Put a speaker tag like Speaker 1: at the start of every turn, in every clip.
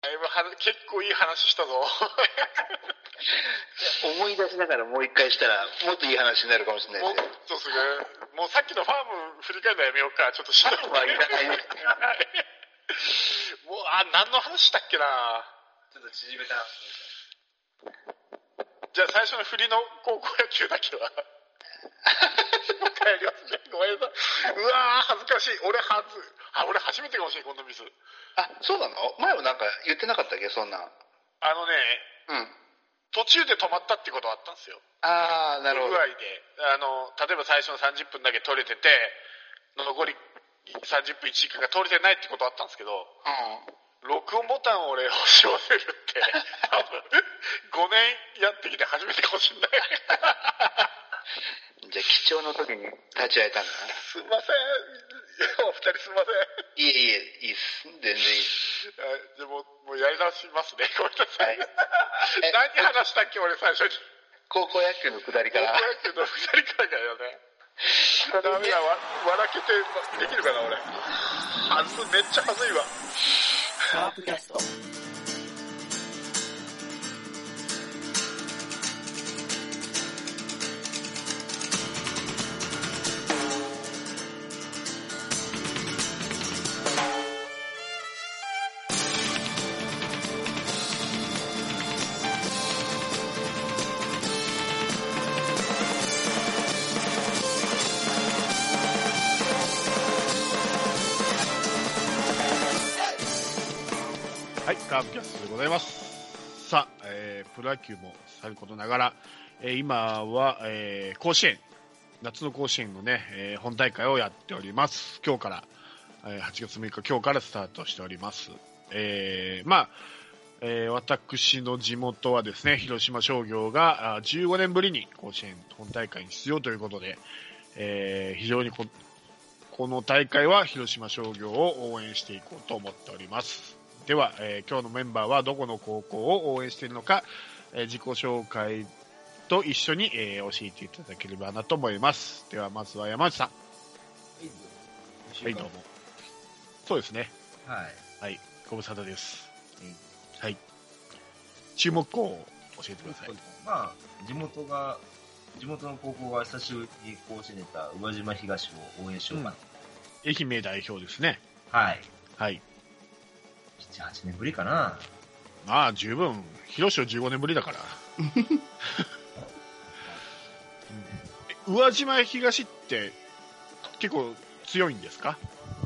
Speaker 1: だいぶは結構いい話した ぞ
Speaker 2: 思い出しながらもう一回したら、もっといい話になるかもしれな
Speaker 1: も
Speaker 2: い
Speaker 1: っ
Speaker 2: ね。
Speaker 1: とするもうさっきのファーム振り返るのやめようかちょっとし
Speaker 2: ファームはいらないね
Speaker 1: もうあ何の話したっけな
Speaker 2: ちょっと縮めた。
Speaker 1: じゃあ最初の振りの高校野球だけはもう一回やりますねごめんなさいうわー恥ずかしい俺はずあ俺初めてかもしれないこんなミス
Speaker 2: あ、そうなの前もなんか言ってなかったっけそんなん。
Speaker 1: あのね
Speaker 2: うん。
Speaker 1: 途中で止まったってことあったんですよ
Speaker 2: あー、なるほ
Speaker 1: 具
Speaker 2: ど
Speaker 1: 合。であの例えば最初の30分だけ取れてて残り30分1時間が取れてないってことあったんですけど
Speaker 2: う
Speaker 1: 録音ボタンを俺押し忘れるって多分5年やってきて初めてかもしんない
Speaker 2: ん。じゃあ、貴重の時に立ち会えたんだな。
Speaker 1: すいませんお二人すいません
Speaker 2: いえいえ、いいっす。全然いいっす。
Speaker 1: あでももうやり直しますねごめんなさい、
Speaker 2: はいえ
Speaker 1: 何話したっけ俺最初に
Speaker 2: 高校野球の下り
Speaker 1: 高
Speaker 2: か
Speaker 1: 校
Speaker 2: ら。
Speaker 1: 野球の2人からだよ ねダメだわ笑けてできるかな俺はずめっちゃはずいわ
Speaker 3: カープキャスト
Speaker 1: はい、カープキャストでございます。さあ、えープロ野球もさることながら、えー今は、えー甲子園、夏の甲子園のね、えー本大会をやっております。今日から、えー8月6日、今日からスタートしております。えーまあ、えー私の地元はですね、広島商業があー15年ぶりに甲子園本大会に出場ということで、えー非常にここの大会は広島商業を応援していこうと思っております。では、えー今日のメンバーはどこの高校を応援しているのか、えー自己紹介と一緒に、えー教えていただければなと思います。では、まずは山内さん。はい、どうも。そうですね。
Speaker 4: はい。
Speaker 1: はい、ご無沙汰です。
Speaker 4: うん
Speaker 1: はい。注目校を教えてください。
Speaker 4: まあ、地元が、地元の高校が久しぶりに甲子園に出た宇和島東を応援しようかな。
Speaker 1: 愛媛代表ですね。
Speaker 4: はい。
Speaker 1: はい。
Speaker 4: 7、8年ぶりかな。
Speaker 1: まあ、十分、広島15年ぶりだ から。うんえ宇和島東って結構強いんですか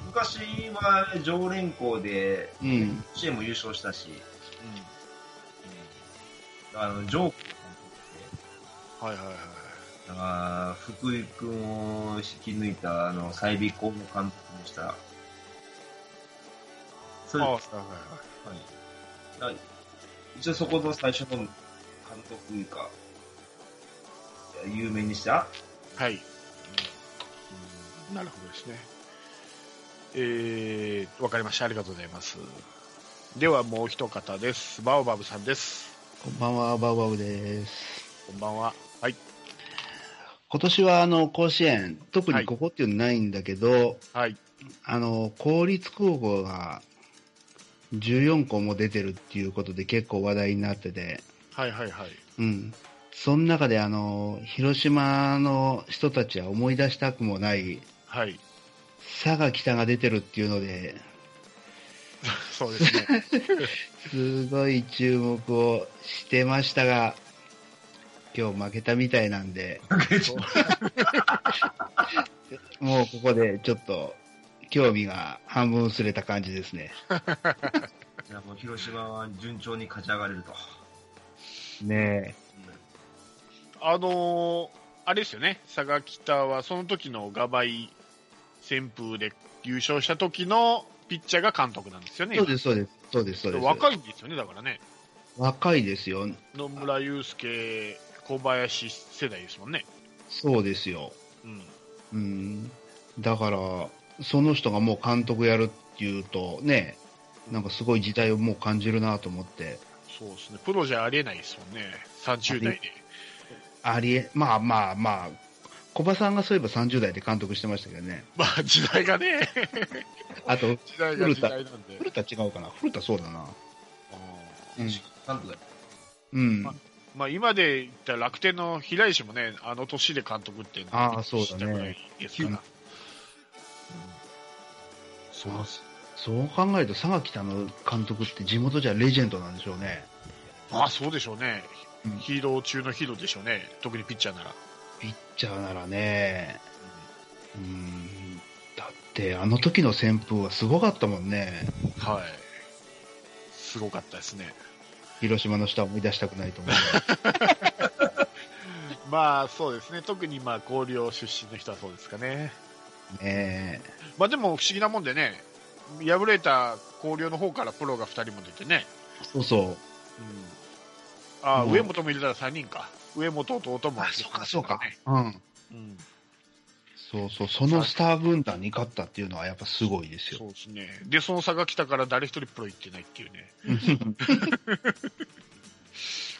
Speaker 4: 昔は常連校で、
Speaker 2: うん。
Speaker 4: 甲子園も優勝したし、あの、ジョーク
Speaker 1: はいはいはい。
Speaker 4: だから福井君を引き抜いた、あの、済美高の監督もした。そ
Speaker 1: ああ
Speaker 4: れは
Speaker 1: はいいはいはい。
Speaker 4: だから。一応そこの最初の監督か、有名にした
Speaker 1: はい。うんなるほどですね。えー、わかりました。ありがとうございます。ではもう一方です。バオバブさんです。
Speaker 5: こんばんは、バオバブです。
Speaker 1: こんばんは。はい。
Speaker 5: 今年はあの甲子園、特
Speaker 1: はい
Speaker 5: にここっていうのないんだけど、
Speaker 1: はい。
Speaker 5: あの公立高校が14校も出てるっていうことで結構話題になってて、
Speaker 1: はいはいはい。
Speaker 5: うん。その中であの、広島の人たちは思い出したくもない、
Speaker 1: はい。
Speaker 5: 佐賀北が出てるっていうので、
Speaker 1: そうですね。
Speaker 5: すごい注目をしてましたが、今日負けたみたいなんで、 もうここでちょっと興味が半分薄れた感じですね。
Speaker 4: じゃあもう広島は順調に勝ち上がれると。
Speaker 5: ね
Speaker 1: あのーあれですよね。佐賀北はその時のガバイ旋風で優勝した時のピッチャーが監督なんですよね。
Speaker 5: そうです、そうです、そうです、そうです。
Speaker 1: 若いんですよね、だからね。
Speaker 5: 若いですよ。
Speaker 1: 野村祐介、小林世代ですもんね。
Speaker 5: そうですよ。
Speaker 1: うん。
Speaker 5: うん。だから、その人がもう監督やるっていうとね、なんかすごい時代をもう感じるなと思って、
Speaker 1: そうですね、プロじゃありえないですもんね、30代で。
Speaker 5: ありえ、まあまあまあ、小葉さんがそういえば30代で監督してましたけどね。
Speaker 1: まあ、時代がね、
Speaker 5: あと、
Speaker 1: 時代が時代なんで。
Speaker 5: 古田違うかな古田そうだな。
Speaker 1: あー
Speaker 5: うん
Speaker 4: 監督だ
Speaker 5: うん。
Speaker 1: まあ、今で言ったら楽天の平石もね、あの年で監督って、
Speaker 5: ああそうだ
Speaker 1: し
Speaker 5: ね
Speaker 1: たぐらいですから。
Speaker 5: そうそう考えると、佐賀北の監督って地元じゃレジェンドなんでしょうね。
Speaker 1: まあ、そうでしょうね
Speaker 5: うん。
Speaker 1: ヒーロー中のヒーローでしょうね。特にピッチャーなら。
Speaker 5: ピッチャーならね。うん。だって、あの時の旋風はすごかったもんね。
Speaker 1: はい。すごかったですね。
Speaker 5: 広島の人は思い出したくないと思う。
Speaker 1: まあ、そうですね。特に、まあ、高陵出身の人はそうですかね。
Speaker 5: ね
Speaker 1: まあ、でも、不思議なもんでね、敗れた高陵の方からプロが2人も出てね。
Speaker 5: え。 そうそう。
Speaker 1: うん、ああ、
Speaker 5: うん
Speaker 1: 上本も入れたら3人か。上本と音も。
Speaker 5: あ、そうか、そうか。うん。
Speaker 1: うん。
Speaker 5: そうそう、そのスター軍団に勝ったっていうのはやっぱすごいですよ。
Speaker 1: そうですね。で、その差が来たから誰一人プロ行ってないっていうね。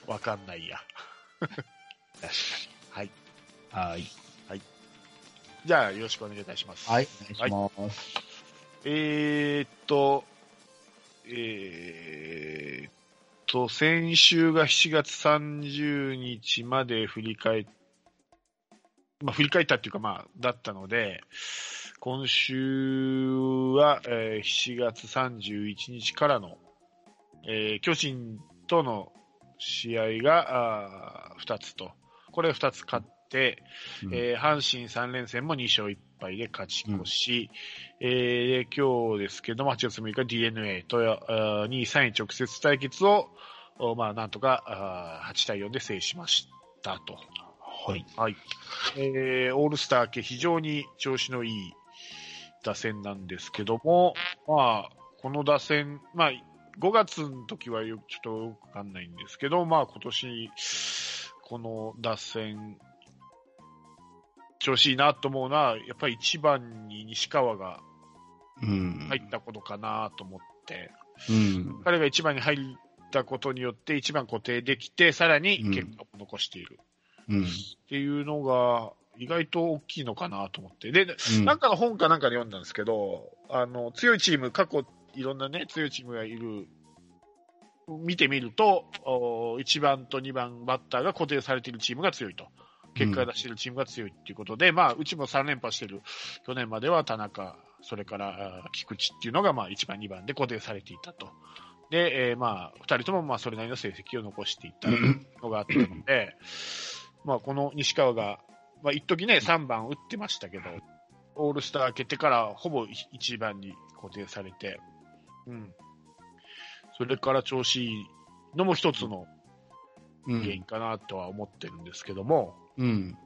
Speaker 1: わかんないや。
Speaker 5: 確かに。
Speaker 1: はい。
Speaker 5: はい。
Speaker 1: じゃあ、よろしくお願いいたします。
Speaker 5: はい。お願いします。
Speaker 1: えー、っと、えー、っと、先週が7月30日まで振り返っ、まあ、振り返ったっていうか、まあ、だったので、今週は、えー7月31日からの、えー巨人との試合が、あ2つと。これ2つ勝って、
Speaker 5: うん
Speaker 1: えー阪神3連戦も2勝1敗で勝ち越し、えー今日ですけども、8月6日 DNA とあーに3位直接対決を、おまあ、なんとかあー8対4で制しましたと。
Speaker 5: はい。
Speaker 1: はい。えーオールスター明け非常に調子のいい打線なんですけども、まあ、この打線、まあ、5月の時はよくちょっとよくわかんないんですけど、まあ今年、この打線、調子いいなと思うのは、やっぱり1番に西川が
Speaker 5: うん。
Speaker 1: 入ったことかなと思って、
Speaker 5: うん。
Speaker 1: 彼が1番に入ったことによって1番固定できて、さらに結果を残している。
Speaker 5: うん。
Speaker 1: っていうのが意外と大きいのかなと思って。で、
Speaker 5: うん
Speaker 1: なんかの本かなんかで読んだんですけど、あの、強いチーム、過去いろんなね、強いチームがいる、見てみると、お1番と2番バッターが固定されているチームが強いと。結果を出しているチームが強いっていうことで、まあ、うちも3連覇している去年までは田中、それからあー菊池っていうのが、まあ、1番、2番で固定されていたと。で、えーまあ、2人とも、まあ、それなりの成績を残していたのがあったので、まあ、この西川が、まあ、一時ね、3番打ってましたけど、オールスター明けてから、ほぼ1番に固定されて、うん。それから調子いいのも一つの
Speaker 5: う
Speaker 1: 原因
Speaker 5: ん。
Speaker 1: かなとは思ってるんですけども、
Speaker 5: うん。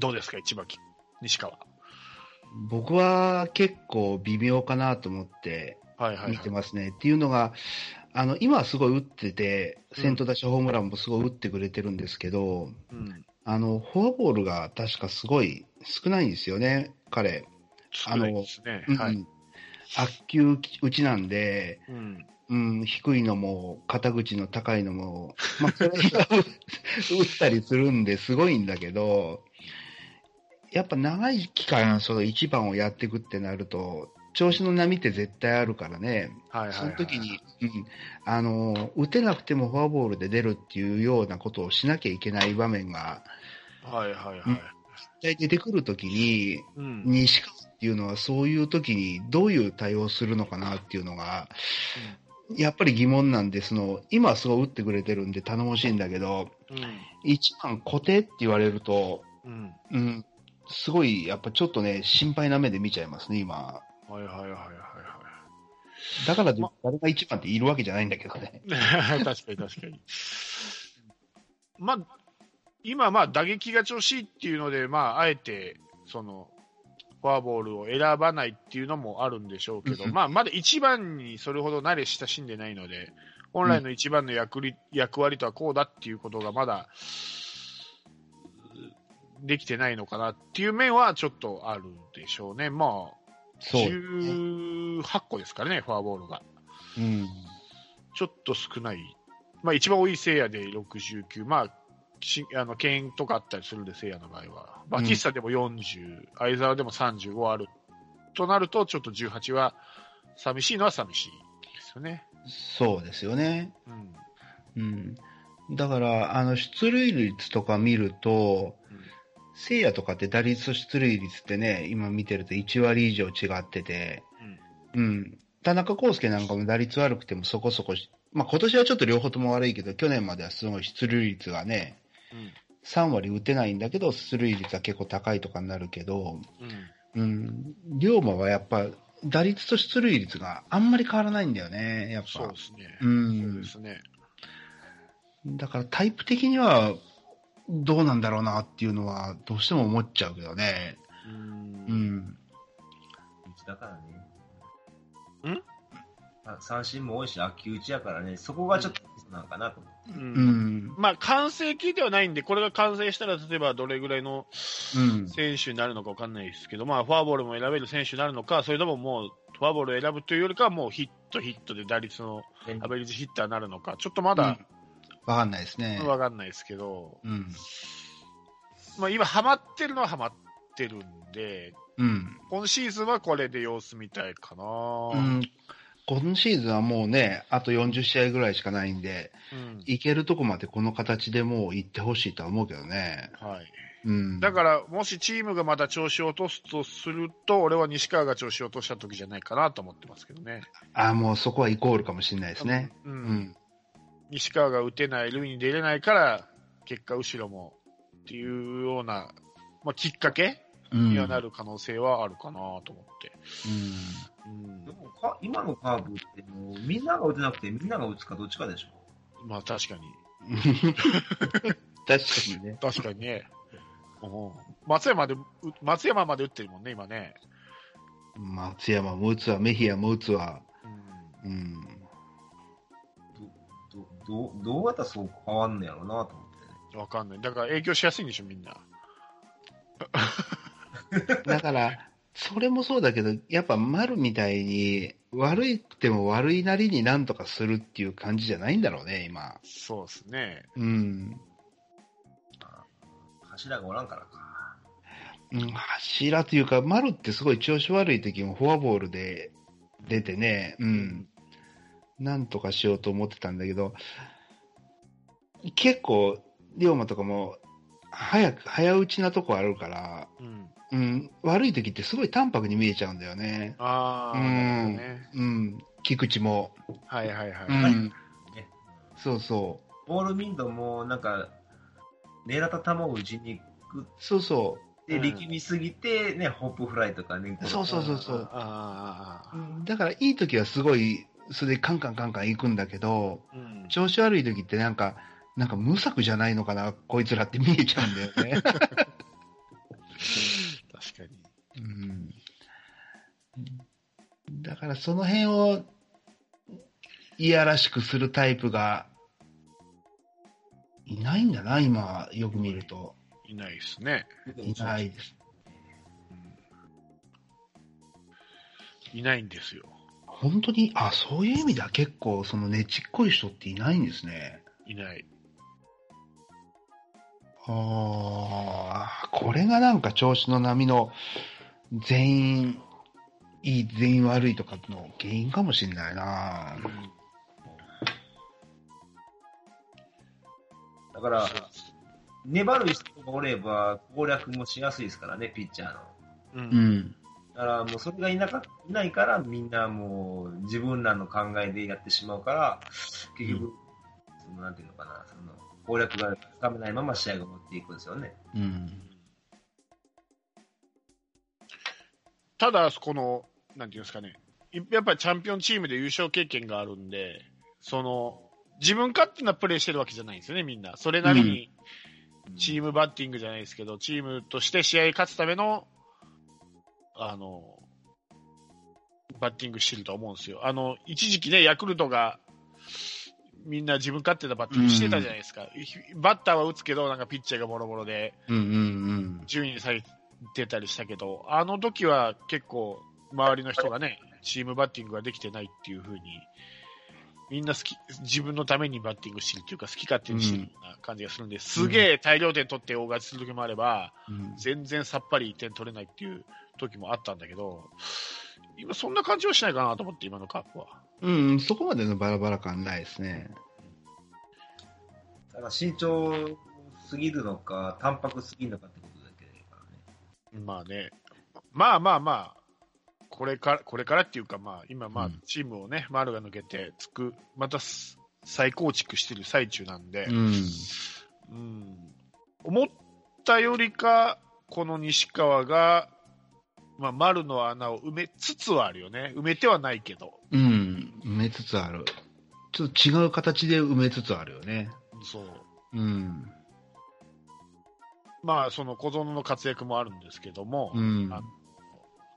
Speaker 1: どうですか、一番き西川。
Speaker 5: 僕は結構微妙かなと思って
Speaker 1: はいはい、
Speaker 5: 見
Speaker 1: は
Speaker 5: て
Speaker 1: い。
Speaker 5: ますね。っていうのが、あの、今はすごい打ってて、先頭打者ホームランもすごい打ってくれてるんですけど、
Speaker 1: うん。
Speaker 5: あの、フォアボールが確かすごい少ないんですよね、彼。
Speaker 1: 少ないですね。
Speaker 5: うん
Speaker 1: はい。
Speaker 5: 悪球打ちなんで、
Speaker 1: うん。
Speaker 5: うん、低いのも、肩口の高いのも、まあ、そ れが打ったりするんですごいんだけど、やっぱ長い期間、その1番をやっていくってなると、調子の波って絶対あるからね、
Speaker 1: はいはい、はい。
Speaker 5: その時に、うん、あの、打てなくてもフォアボールで出るっていうようなことをしなきゃいけない場面が、
Speaker 1: はいはいはい。
Speaker 5: 絶対出てくる時に、
Speaker 1: うん。うん
Speaker 5: 西川っていうのはそういう時にどういう対応するのかなっていうのが、やっぱり疑問なんで、その、今はすごい打ってくれてるんで頼もしいんだけど、一番固定って言われると、
Speaker 1: うん。
Speaker 5: うん、すごい、やっぱちょっとね、心配な目で見ちゃいますね、今。
Speaker 1: はいはいはいはい
Speaker 5: だからと、誰が一番っているわけじゃないんだけどね。
Speaker 1: はい。 確かに確かに。まあ、今、まあ、打撃が調子いいっていうので、まあ、あえて、その、フォアボールを選ばないっていうのもあるんでしょうけど、
Speaker 5: うん
Speaker 1: まあ、まだ1番にそれほど慣れ親しんでないので、本来の1番の役り役割とはこうだっていうことがまだ、できてないのかなっていう面はちょっとあるでしょうね。まあ、
Speaker 5: ね
Speaker 1: 18個ですからね、フォアボールが。
Speaker 5: うん。
Speaker 1: ちょっと少ない。まあ、一番多い聖夜で69。まあ、しあの、剣とかあったりするんで、聖夜の場合は。バティスタでも40、相沢でも35ある。となると、ちょっと18は、寂しいのは寂しいですよね。
Speaker 5: そうですよね。
Speaker 1: うん。
Speaker 5: うん。だから、あの、出塁率とか見ると
Speaker 6: うん、
Speaker 5: 聖夜とかって打率と出塁率ってね、今見てると1割以上違ってて、
Speaker 6: うん
Speaker 5: うん。田中康介なんかも打率悪くてもそこそこし、まあ今年はちょっと両方とも悪いけど、去年まではすごい出塁率がね、3割打てないんだけど、出塁率は結構高いとかになるけど、
Speaker 6: うん。うん。
Speaker 5: うん、龍馬はやっぱ、打率と出塁率があんまり変わらないんだよね、やっぱ。
Speaker 6: そうですね。
Speaker 5: うん
Speaker 6: そうですね。
Speaker 5: だからタイプ的にはどうなんだろうなっていうのはどうしても思っちゃうけどね。
Speaker 6: う。
Speaker 5: うんん。
Speaker 4: 打ちだからね。
Speaker 6: ん
Speaker 4: あ三振も多いし、悪球打ちやからね、そこがちょっとミスなんかなと思う。
Speaker 6: う。
Speaker 5: うんん。
Speaker 6: まあ、完成形ではないんで、これが完成したら、例えばどれぐらいの
Speaker 5: うん。
Speaker 6: 選手になるのかわかんないですけど、まあ、フォアボールも選べる選手になるのか、それとももう、フォアボールを選ぶというよりかは、もうヒット、ヒットで打率の
Speaker 4: 全
Speaker 6: アベレージヒッターになるのか、ちょっとまだ
Speaker 5: わかんないですね。
Speaker 6: わかんないですけど、
Speaker 5: うん。
Speaker 6: まあ、今、ハマってるのはハマってるんで、
Speaker 5: うん。
Speaker 6: 今シーズンはこれで様子見たいかな。
Speaker 5: う。ん。今シーズンはもうね、あと40試合ぐらいしかないんで、
Speaker 6: うん
Speaker 5: いけるとこまでこの形でもう行ってほしいとは思うけどね。
Speaker 6: はい、
Speaker 5: うん。
Speaker 6: だから、もしチームがまた調子を落とすとすると、俺は西川が調子を落とした時じゃないかなと思ってますけどね。
Speaker 5: ら。あもうそこはイコールかもしれないですね。
Speaker 6: うん
Speaker 5: うん。
Speaker 6: 西川が打てない、塁に出れないから、結果、後ろもっていうような、まあ、きっかけ
Speaker 5: うん。
Speaker 6: にはなる可能性はあるかなと思って。
Speaker 5: うん。
Speaker 6: うん
Speaker 4: でもか今のカーブってもう、みんなが打てなくて、みんなが打つかどっちかでしょ。
Speaker 6: まあ、確かに。
Speaker 5: 確かにね。
Speaker 6: 確かにね。うん松山で、う松山まで打ってるもんね、今ね。
Speaker 5: 松山も打つわ、メヒアも打つわ。
Speaker 6: うん
Speaker 5: うん。
Speaker 4: どどうどうやったらそう変わんのやろうなと思ってね。
Speaker 6: わかんない。だから影響しやすいんでしょ、みんな。
Speaker 5: だから、それもそうだけど、やっぱ丸みたいに、悪いくても悪いなりになんとかするっていう感じじゃないんだろうね、今。
Speaker 6: そうですね。
Speaker 5: うん。
Speaker 4: 柱がおらんからか。
Speaker 5: うん、柱というか、丸ってすごい調子悪い時もフォアボールで出てね、うん。なんとかしようと思ってたんだけど、結構、龍馬とかも、早く、早打ちなとこあるから、
Speaker 6: うん。
Speaker 5: うん、悪い時ってすごい淡白に見えちゃうんだよね。
Speaker 6: ああ、
Speaker 5: うん
Speaker 6: なるほどね。
Speaker 5: うん、菊池も。
Speaker 6: はいはいはい。
Speaker 5: うん。
Speaker 4: ね
Speaker 5: そうそう。
Speaker 4: ボールミントもなんか、狙った球を打ちに行く
Speaker 5: そうそ
Speaker 4: って、
Speaker 6: うん
Speaker 4: 力みすぎて、ね、ホップフライとかね、
Speaker 5: う。そうそうそうそ
Speaker 6: あ
Speaker 5: う。
Speaker 6: あああああ
Speaker 5: だからいい時はすごい、それでカンカンカンカン行くんだけど、
Speaker 6: あうん
Speaker 5: 調子悪い時ってなんか、なんか無策じゃないのかな、こいつらって見えちゃうんだよ ね。
Speaker 6: 確かに。
Speaker 5: うん。だからその辺を、いやらしくするタイプが、いないんだな、今、よく見ると。
Speaker 6: いないですね。
Speaker 5: いないです。
Speaker 6: いないんですよ。
Speaker 5: 本当に、あ、そういう意味では結構、そのねちっこい人っていないんですね。
Speaker 6: いない。
Speaker 5: ああ、これがなんか調子の波の全員いい、全員悪いとかの原因かもしれないな。
Speaker 4: だから、粘る人がおれば攻略もしやすいですからね、ピッチャーの。
Speaker 6: う。
Speaker 5: うんん。
Speaker 4: だからもうそれがいなかいないから、みんなもう自分らの考えでやってしまうから、結局、そのなんていうのかな、その攻略がつかめないまま試合が持っていくんですよね。
Speaker 5: うん。
Speaker 6: ただ、この、なんていうんですかね。やっぱりチャンピオンチームで優勝経験があるんで、その、自分勝手なプレーしてるわけじゃないんですよね、みんな。それなりに、チームバッティングじゃないですけど、チームとして試合勝つための、あの、バッティングしてると思うんですよ。あの、一時期ね、ヤクルトが、みんな自分勝手なバッティングしてたじゃないですか。バッターは打つけど、なんかピッチャーがボロボロで、
Speaker 5: うんうん
Speaker 6: 順位に下げてたりしたけど、あの時は結構、周りの人がね、チームバッティングができてないっていう風に、みんな好き、自分のためにバッティングしてるっていうか、好き勝手にしてるような感じがするんで、すげえ大量点取って大勝ちする時もあれば、
Speaker 5: うん。
Speaker 6: 全然さっぱり点取れないっていう時もあったんだけど、今そんな感じはしないかなと思って、今のカープは。
Speaker 5: うん、そこまでのバラバラ感ないですね。
Speaker 4: だから慎重すぎるのか、淡白すぎるのかってことだけだからね。
Speaker 6: まあね、まあまあまあ、これから、これからっていうか、まあ、今、ま
Speaker 5: う
Speaker 6: あ
Speaker 5: ん、
Speaker 6: チームをね、マールが抜けて、つく、またす再構築してる最中なんで、
Speaker 5: うん。
Speaker 6: うん、思ったよりか、この西川が、まあ、丸の穴を埋めつつはあるよね。埋めてはないけど。
Speaker 5: うん。埋めつつある。ちょっと違う形で埋めつつあるよね。
Speaker 6: そう。
Speaker 5: うん。
Speaker 6: まあ、その小園の活躍もあるんですけども、
Speaker 5: うん。
Speaker 6: あ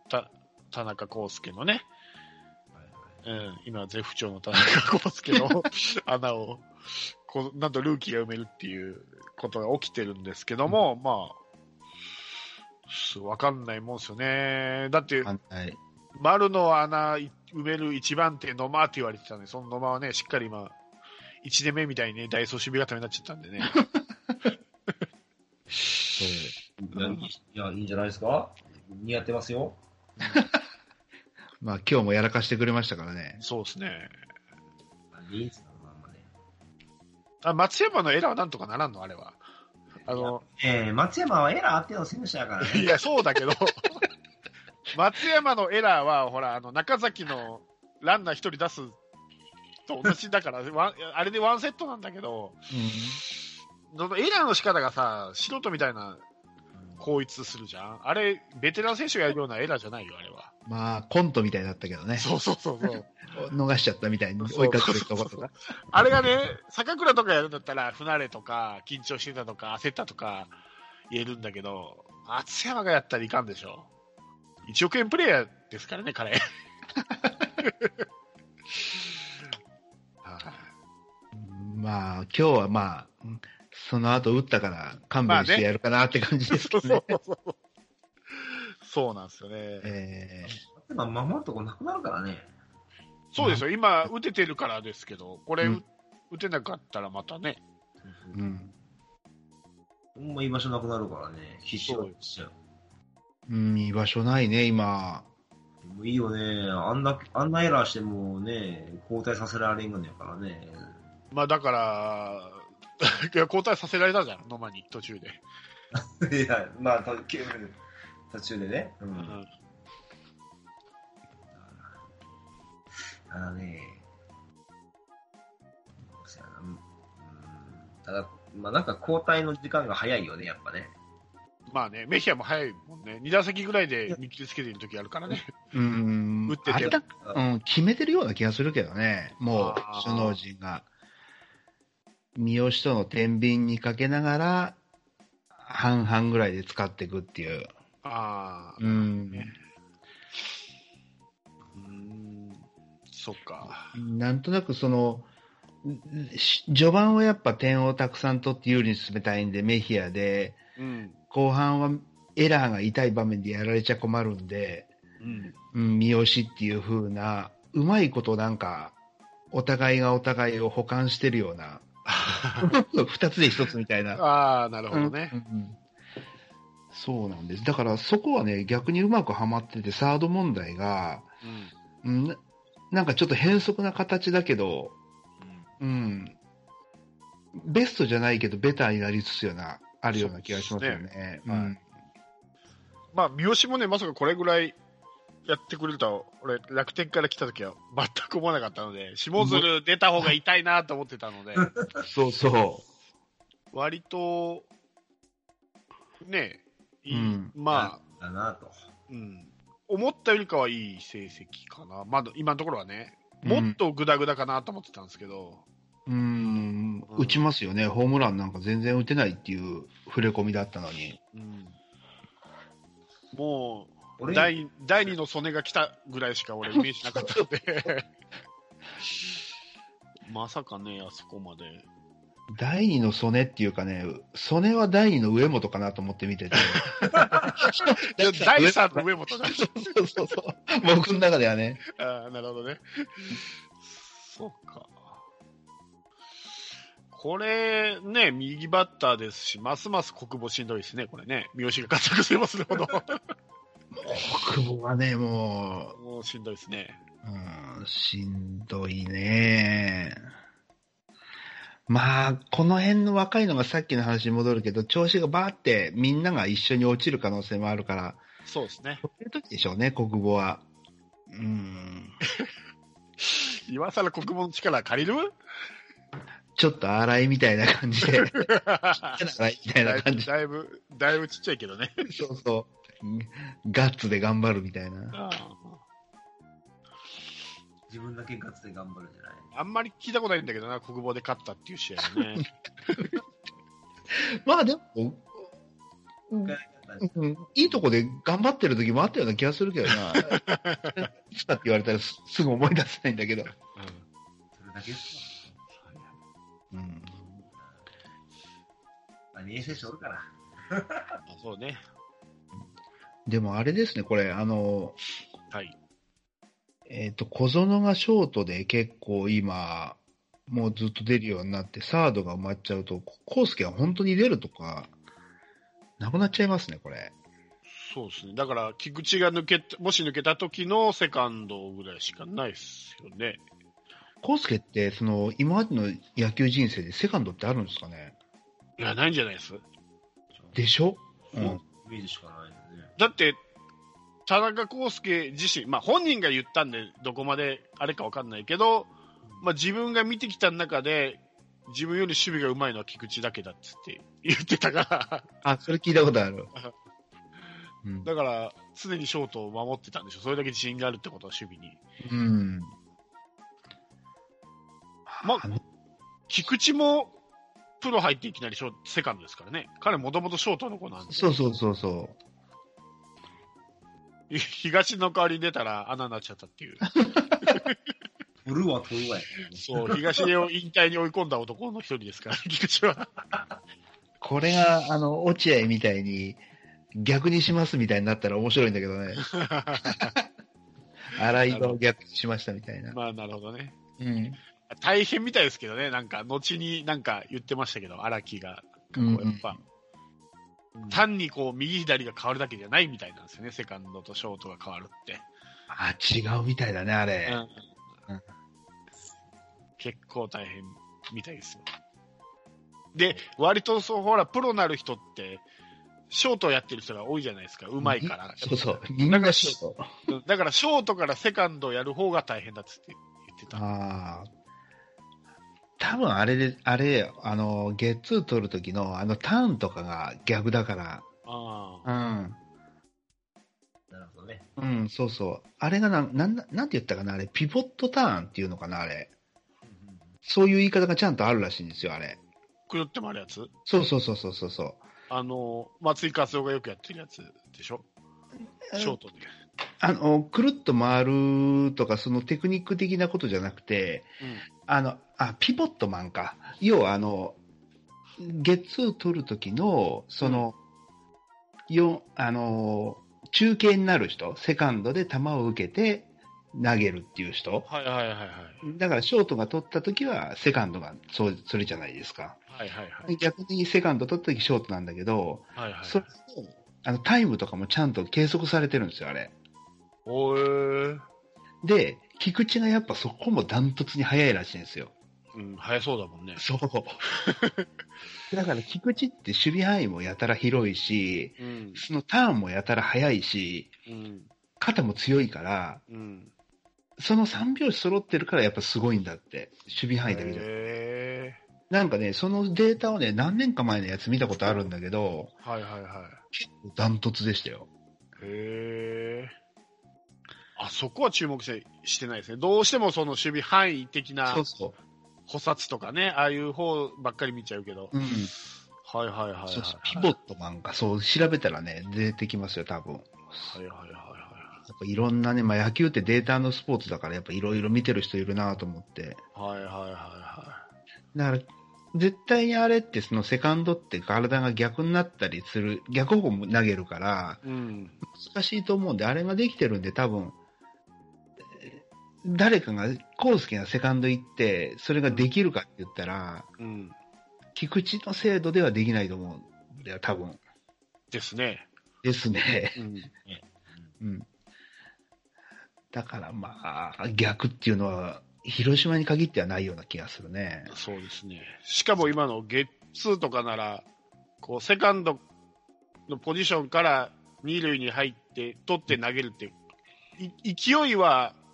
Speaker 6: た田中康介のね、うん、今、絶不調の田中康 介の穴をこう、なんとルーキーが埋めるっていうことが起きてるんですけども、まあす、わかんないもんですよね。だって、
Speaker 5: はい。
Speaker 6: 丸の穴い埋める1番手、野間って言われてたんで、その野間はね、しっかり今、1年目みたいにね、大総守備固めになっちゃった んでね。
Speaker 5: そ
Speaker 4: い
Speaker 5: う。
Speaker 4: やいいいや、いいんじゃないですか似合ってますよ。
Speaker 5: まあ今日もやらかしてくれましたからね。
Speaker 6: そうですね。
Speaker 4: いいんすか、まあまあね。
Speaker 6: あ松山のエラーはなんとかならんのあれは。あの、
Speaker 4: えー、松山はエラーあっての選手だからね。
Speaker 6: いや、そうだけど、松山のエラーは、ほら、あの、中崎のランナー一人出すと同じだから、 ワンあれでワンセットなんだけど、そのエラーの仕方がさ、素人みたいな、こいつするじゃんあれ、ベテラン選手がやるようなエラーじゃないよ、あれは。
Speaker 5: まあコントみたいだったけどね。
Speaker 6: そうそうそうそう。
Speaker 5: 逃しちゃったみたいに追いかけてるとことか。
Speaker 6: あれがね、坂倉とかやるんだったら、不慣れとか、緊張してたとか、焦ったとか言えるんだけど、松山がやったらいかんでしょ。1億円プレイヤーですから ね、彼。はい
Speaker 5: まあ今日はまあ、うんその後打ったから勘弁してやるかなって感じです
Speaker 6: そ
Speaker 5: け
Speaker 6: う
Speaker 5: ど
Speaker 6: そう
Speaker 5: ね。
Speaker 6: そう。そうなんですよね。
Speaker 5: えー
Speaker 4: 松山守るとこなくなるからね。
Speaker 6: そうですよ、今、打ててるからですけど、これ、
Speaker 5: うん
Speaker 6: 打てなかったらまたね、
Speaker 5: うん
Speaker 4: ほんま居場所なくなるからね。必死だっちゃう。
Speaker 5: うん、居場所ないね、今。
Speaker 4: でもいいよね。あんな、あんなエラーしてもね、交代させられんのやからね。
Speaker 6: まあだから、 いや交代させられたじゃん、野間に、途中で。
Speaker 4: いや、まあ、たけ途中でね。うん。
Speaker 6: うん
Speaker 4: ただね、そうやなうんただ、まあなんか交代の時間が早いよね、やっぱね。
Speaker 6: まあね、メヒアも早いもんね、2打席ぐらいで見切りつけてる時あるからね、
Speaker 5: うん
Speaker 6: 打ってて
Speaker 5: あれだ、うん、決めてるような気がするけどね、もう
Speaker 6: あー
Speaker 5: 首脳陣が。三好との天秤にかけながら、半々ぐらいで使っていくっていう。
Speaker 6: ああ、
Speaker 5: うん、
Speaker 6: ねうーん、そっか、
Speaker 5: なんとなくその、し序盤はやっぱ点をたくさん取って有利に進めたいんで、メヒアで、
Speaker 6: うん、
Speaker 5: 後半はエラーが痛い場面でやられちゃ困るんで、
Speaker 6: うん、
Speaker 5: うん、三好っていう風な、うまいことなんか、お互いがお互いを補完してるよう な、二つで一つみたいな。
Speaker 6: ああ、なるほどね
Speaker 5: う、んうんそうなんです。だからそこはね、逆にうまくはまってて、サード問題が、
Speaker 6: う
Speaker 5: う
Speaker 6: ん、
Speaker 5: んななんかちょっと変則な形だけど、うん、ベストじゃないけど、ベターになりつつような、あるような気がしますよ
Speaker 6: そう
Speaker 5: ね。
Speaker 6: ねはいまあ、三好もね、まさかこれぐらいやってくれるとは、俺、楽天から来た時は全く思わなかったので、下鶴出た方が痛いなと思ってたので、
Speaker 5: うんそうそ
Speaker 6: 割と、ね、いい
Speaker 5: うん
Speaker 6: まあ、
Speaker 4: だなと。
Speaker 6: うん、思ったよりかはいい成績かな、まだ今のところはね、
Speaker 5: うん
Speaker 6: もっとグダグダかなと思ってたんですけど、
Speaker 5: う。うん、
Speaker 6: うん
Speaker 5: 打ちますよね。ホームランなんか全然打てないっていう触れ込みだったのに。
Speaker 6: うんもう
Speaker 4: 俺
Speaker 6: 第、第二の曽根が来たぐらいしか俺、イメージなかったので、まさかね、あそこまで。
Speaker 5: 第二の曽根っていうかね、曽根は第二の上本かなと思って見 てて。
Speaker 6: いや第三の上本だ
Speaker 5: そうそうそう。僕の中ではね。
Speaker 6: あーなるほどね。そうか。これね、右バッターですし、ますます国母しんどいですね、これね。三好が活躍すればするほど。
Speaker 5: 久保はね、も
Speaker 6: もうしんどいですね。
Speaker 5: う、うん、しんどいね。まあ、この辺の若いのがさっきの話に戻るけど、調子がバーってみんなが一緒に落ちる可能性もあるから、
Speaker 6: そうですね。
Speaker 5: そういう時でしょうね、国語は。うん。
Speaker 6: 今更国語の力借りる
Speaker 5: ちょっと荒いみたいな感 じで、荒いみたい
Speaker 6: だ
Speaker 5: ない感
Speaker 6: ぶ
Speaker 5: じ
Speaker 6: だいぶ、だいぶちっちゃいけどね。
Speaker 5: で、そうそう。うんガッツで頑張るみたいな。
Speaker 4: 自分だけガッツで頑張るんじゃない
Speaker 6: あんまり聞いたことないんだけどな、国語で勝ったっていう試合はね。
Speaker 5: まあでも、
Speaker 4: 一回だけあったんで
Speaker 5: うんいいとこで頑張ってる時もあったような気がするけ どな。いつかって言われたらすすぐ思い出せないんだけど。
Speaker 4: それだけです
Speaker 5: うん、
Speaker 4: か。2A 選手おるから。
Speaker 6: あ そうね。
Speaker 5: でもあれですね、これ、あの、
Speaker 6: はい。
Speaker 5: えっ、と、小園がショートで結構今、もうずっと出るようになって、サードが埋まっちゃうと、コースケは本当に出るとか、なくなっちゃいますね、これ。
Speaker 6: そうですね。だから、菊池が抜けた、もし抜けた時のセカンドぐらいしかないですよね。
Speaker 5: コースケって、その、今までの野球人生でセカンドってあるんですかね
Speaker 6: いや、ないんじゃないです。
Speaker 5: でしょう。
Speaker 4: うんイメージしかないよね。
Speaker 6: だって、田中康介自身、まあ本人が言ったんで、どこまであれかわかんないけど、まあ自分が見てきた中で、自分より守備が上手いのは菊池だけだっつって言ってたから、
Speaker 5: あ、それ聞いたことあ る。うん。
Speaker 6: だから常にショートを守ってたんでしょ。それだけ自信があるってことは守備に。
Speaker 5: うん。
Speaker 6: まあ、菊池もプロ入っていきなりショートセカンドですからね。彼もともとショートの子なんで。
Speaker 5: そうそうそうそう。
Speaker 6: 東の代わりに出たら穴になっちゃったって いう。
Speaker 4: 取るわ、取るわや。
Speaker 6: そう、東を引退に追い込んだ男の一人ですから、 菊池は。
Speaker 5: これが、あの、落合みたいに、逆にしますみたいになったら面白いんだけど ね。洗い場を逆にしましたみたいな。
Speaker 6: まあなるほどね。
Speaker 5: うん。
Speaker 6: 大変みたいですけどね、なんか、後になんか言ってましたけど、荒木が、こ
Speaker 5: うんうん
Speaker 6: うやっぱ、単にこう右左が変わるだけじゃないみたいなんですよね、セカンドとショートが変わるって。
Speaker 5: あ、違うみたいだね、あれ。うん
Speaker 6: 結構大変みたいですよ。で、割とそう、ほら、プロなる人って、ショートをやってる人が多いじゃないですか、うまいから。
Speaker 5: そう そう。みんなショート。
Speaker 6: うんだから、ショートからセカンドをやる方が大変だっつって言ってた。
Speaker 5: ああ。多分あれで、あれ、あの、ゲッツー取る時の、あの、ターンとかが逆だか
Speaker 6: ああ
Speaker 5: ら。うん。
Speaker 4: なるほどね。
Speaker 5: うん、そうそう。あれがなん、なんだ、なんて言ったかな、あれ、ピボットターンっていうのかな、あれ。そういう言い方がちゃんとあるらしいんですよ、あれ。
Speaker 6: くるってもあるやつ
Speaker 5: そうそうそうそうそうそう。
Speaker 6: あの、松井勝夫がよくやってるやつでしょショートで。
Speaker 5: あの、くるっと回るとか、そのテクニック的なことじゃなくて、あの、あ、ピボットマンか。要は、あの、ゲッツー取る時の、その、よ、あの、中継になる人、セカンドで球を受けて投げるっていう人。
Speaker 6: はいはいはいはい。
Speaker 5: だから、ショートが取った時は、セカンドが、そう、それじゃないですか。
Speaker 6: はいはいはい。
Speaker 5: 逆にセカンド取った時ショートなんだけど、
Speaker 6: はいはい、
Speaker 5: それとあのタイムとかもちゃんと計測されてるんですよ、あれ。
Speaker 6: おえー。
Speaker 5: で、菊池がやっぱそこもダントツに早いらしいんですよ。
Speaker 6: うん、早そうだもんね。
Speaker 5: そう。 だから菊池って守備範囲もやたら広いし、
Speaker 6: うん。
Speaker 5: そのターンもやたら早いし、
Speaker 6: うん。
Speaker 5: 肩も強いから、
Speaker 6: うん。
Speaker 5: その3拍子揃ってるからやっぱすごいんだって、守備範囲だけじゃなくて
Speaker 6: へ
Speaker 5: なんかね、そのデータをね、何年か前のやつ見たことあるんだけど、
Speaker 6: ー。はいはいは
Speaker 5: ダントツでしたよ。
Speaker 6: い。へー。あそこは注目してしてないですね。どうしてもその守備範囲的な
Speaker 5: そうそ
Speaker 6: 補殺とかね、ああいう方ばっかり見ちゃうけど。
Speaker 5: う。うん。
Speaker 6: はいはいはいはい、はい。
Speaker 5: そうそうピボットマンか、そう、調べたらね、出てきますよ、多分。やっ
Speaker 6: はいはいはいはい。
Speaker 5: ぱいろんなね、まあ野球ってデータのスポーツだから、やっぱいろいろ見てる人いるなと思って。
Speaker 6: はいはいはいは
Speaker 5: だから、絶対にあれって、そのセカンドって体が逆になったりする、逆方向も投げるから、
Speaker 6: い。うん。
Speaker 5: 難しいと思うんで、あれができてるんで、多分、えー誰かが、コースケがセカンド行って、それができるかって言ったら、
Speaker 6: うん。
Speaker 5: 菊池の精度ではできないと思うんだよ、多分。
Speaker 6: ですね。
Speaker 5: ですね。
Speaker 6: う
Speaker 5: う
Speaker 6: ん。
Speaker 5: んだからまあ、逆っていうのは広島に限ってはないような気がするね。
Speaker 6: そうですね。しかも今のゲッツーとかなら、こう、セカンドのポジションから二塁に入って、取って投げるって、い勢いは、
Speaker 5: うん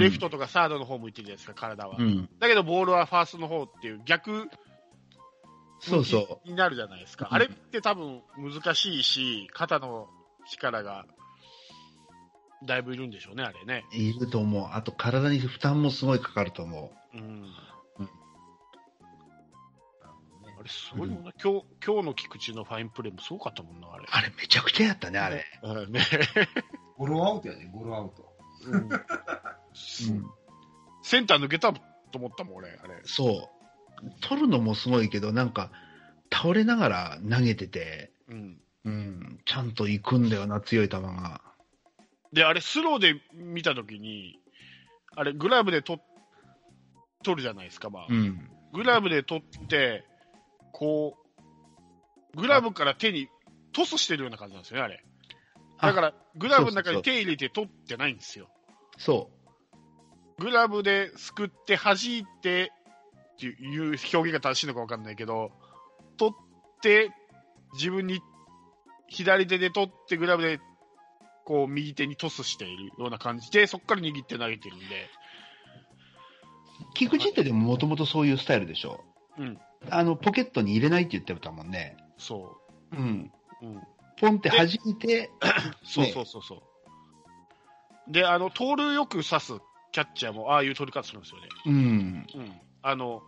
Speaker 6: レフトとかサードの方向いてるじゃないですか、体は。
Speaker 5: うん。
Speaker 6: だけど、ボールはファーストの方っていう逆
Speaker 5: そうそ
Speaker 6: になるじゃないですか。
Speaker 5: うん
Speaker 6: あれって多分難しいし、肩の力がだいぶいるんでしょうね、あれね。
Speaker 5: う。いると思う。あと体に負担もすごいかかると思
Speaker 6: うん。あれす
Speaker 5: ご
Speaker 6: ご
Speaker 5: い
Speaker 6: い
Speaker 5: も
Speaker 6: もんな、今日今日の菊池のファインプレーもすごかったもんな、あれ
Speaker 5: う。。あれめちゃくちゃやったね、あれ。
Speaker 6: うんね、
Speaker 4: ゴロアウトやね、ゴロアウト。
Speaker 6: うん
Speaker 5: うん。
Speaker 6: センター抜けたと思ったもん、俺、あれ。
Speaker 5: そう。取るのもすごいけど、なんか、倒れながら投げてて、
Speaker 6: うん。
Speaker 5: うん、ちゃんと行くんだよな、強い球が。
Speaker 6: で、あれ、スローで見たときに、あれ、グラブでと取るじゃないですか、まあ。
Speaker 5: うん。
Speaker 6: グラブで取って、こう、グラブから手にトスしてるような感じなんですよね、あれ。
Speaker 5: あ
Speaker 6: だから、グラブの
Speaker 5: そう
Speaker 6: 中
Speaker 5: そうそう
Speaker 6: に手入れて取ってないんですよ。
Speaker 5: そ
Speaker 6: グラブですくって、弾いてっていう表現が正しいのか分かんないけど、取って、自分に左手で取って、グラブでこう右手にトスしているような感じで、そこから握って投げてるんで、
Speaker 5: う。菊池ってでももともとそういうスタイルでしょ。
Speaker 6: うん、
Speaker 5: あの、ポケットに入れないって言ってたもんね。
Speaker 6: そ
Speaker 5: うん。
Speaker 6: う。うん
Speaker 5: ポンって弾いて、
Speaker 6: そうそうそうそう。で、あの、盗塁よく刺すキャッチャーも、ああいう取り方するんですよね。
Speaker 5: うん。
Speaker 6: うん。あの、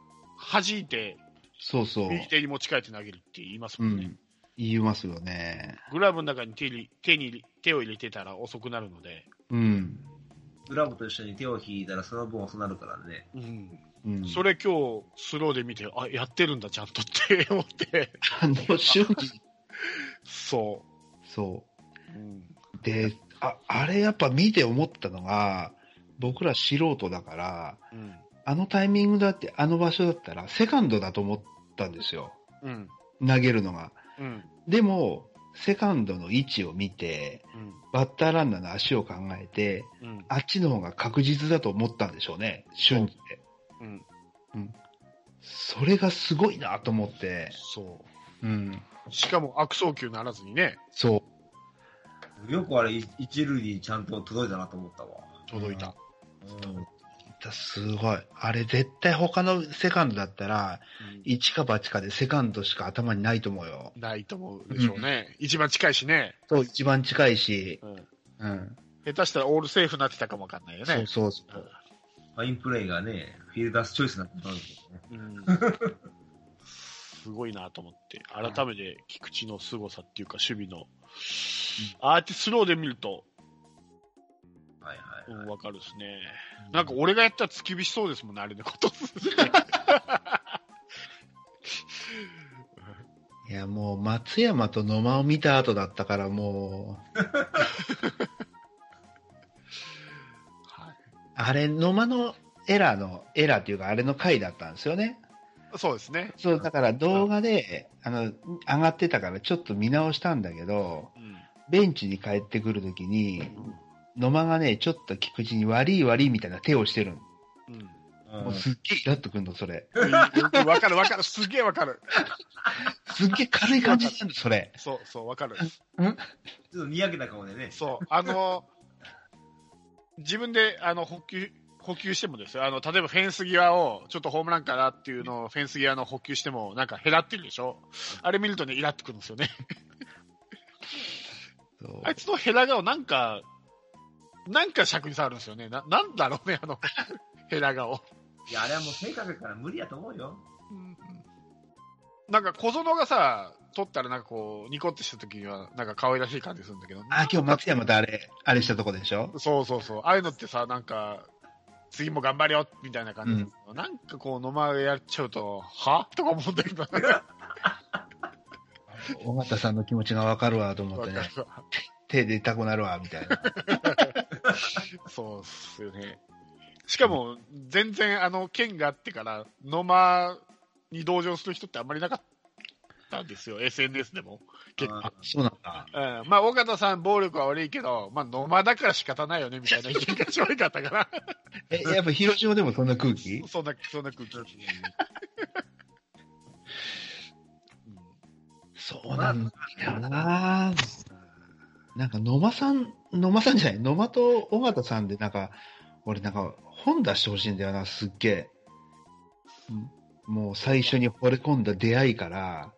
Speaker 6: 弾いて、
Speaker 5: そうそう。
Speaker 6: 右手に持ち替えて投げるって言います
Speaker 5: う
Speaker 6: もんね。
Speaker 5: ん。言いますよね。
Speaker 6: グラブの中に手に手に入れ手を入れてたら遅くなるので、
Speaker 5: うん。
Speaker 4: グラブと一緒に手を引いたらその分遅なるからね。
Speaker 6: うん、
Speaker 5: うん、
Speaker 6: それ今日スローで見て、あやってるんだ、ちゃんとって思って、
Speaker 5: あの瞬間
Speaker 6: そ、
Speaker 5: そう
Speaker 6: うん、
Speaker 5: う。で、あ、あれやっぱ見て思ったのが、僕ら素人だから、
Speaker 6: うん、
Speaker 5: あのタイミングだって、あの場所だったら、セカンドだと思ったんですよ。
Speaker 6: うん、
Speaker 5: 投げるのが。
Speaker 6: うん、
Speaker 5: でも、セカンドの位置を見て、
Speaker 6: うん、
Speaker 5: バッターランナーの足を考えて、
Speaker 6: うん、
Speaker 5: あっちの方が確実だと思ったんでしょうね、瞬時で。
Speaker 6: うん、
Speaker 5: それがすごいなと思って。
Speaker 6: そ
Speaker 5: うん。
Speaker 6: う、しかも悪送球ならずにね、
Speaker 5: そう。
Speaker 4: よくあれ、い一塁にちゃんと届いたなと思ったわ。
Speaker 6: 届いた、
Speaker 5: すごい。あれ絶対他のセカンドだったら、一か八かでセカンドしか頭にないと思うよ。
Speaker 6: ないと思うでしょうね、一番近いしね、
Speaker 5: そう、一番近いし。
Speaker 6: うん、
Speaker 5: うん。
Speaker 6: 下手したらオールセーフになってたかもわかんないよ
Speaker 5: そ
Speaker 6: ね
Speaker 5: う、そうそう。
Speaker 4: ファインプレーがね、フィルダースチョイスになってたんですけどね。
Speaker 6: うん、すごいなと思って、改めて菊池の凄さっていうか、守備の、ああやってスローで見ると、
Speaker 4: はいはい。
Speaker 6: うん、わかるですね。なんか俺がやったら突き火しそうですもんね、あれのこと。
Speaker 5: いや、もう松山と野間を見た後だったから、も う、あれ、野間のエラーの、エラーっていうか、あれの回だったんですよね。
Speaker 6: そうですね。
Speaker 5: そう、だから動画で、あの、上がってたからちょっと見直したんだけど、
Speaker 6: うん。
Speaker 5: ベンチに帰ってくるときに、野間がね、ちょっと菊池に悪い悪いみたいな手をしてるの。
Speaker 6: うん。うん
Speaker 5: もうすっげえイラッとくんの、それ。
Speaker 6: わかるわかる。すげえわかる。
Speaker 5: すっげえ軽い感じなんだ、それ。
Speaker 6: そうそう、わかる。
Speaker 4: ちょっとにやけた顔でね。
Speaker 6: そう。あの、自分で、あの、補給、補給してもですよ。あの、例えばフェンス際を、ちょっとホームランかなっていうのをフェンス際の補給しても、なんか減らってるでしょあれ見るとね、イラってくるんですよね。
Speaker 5: そう
Speaker 6: あいつのヘラ顔なんか、なんか尺に触るんですよね。な、なんだろうね、あの、ヘラ顔。
Speaker 4: いや、あれはもう性格やから無理やと思うよ。
Speaker 6: なんか小園がさ、撮ったらなんかこう、ニコってした時には、なんか可愛らしい感じするんだけど。
Speaker 5: あ、今日松山とあれ、あれしたとこでしょ
Speaker 6: そうそうそう。ああいうのってさ、なんか、次も頑張れよ、みたいな感じなんですけど、なんかこう、野間やっちゃうと、はとか思うんだけど、わか
Speaker 5: 尾形さんの気持ちがわかるわ、と思って
Speaker 6: る
Speaker 5: ね。手で痛くなるわ、みた いな。
Speaker 6: そうっすよね。しかも、全然、あの、剣があってから、野間に同情する人ってあんまりなかったんですよ、SNS でも。結構
Speaker 4: あ
Speaker 5: そうなんだ。
Speaker 6: うんまあ、尾形さん、暴力は悪いけど、まあ、野間だから仕方ないよね、みたいな意見が強かったから。
Speaker 5: え、やっぱ広島でもそんな空気
Speaker 6: そんな、そんな空気。
Speaker 5: そうなんだよな。なんか野間さん、野間さんじゃない、野間と尾形さんで、なんか、俺なんか本出してほしいんだよな、すっげえ。もう最初に惚れ込んだ出会いから、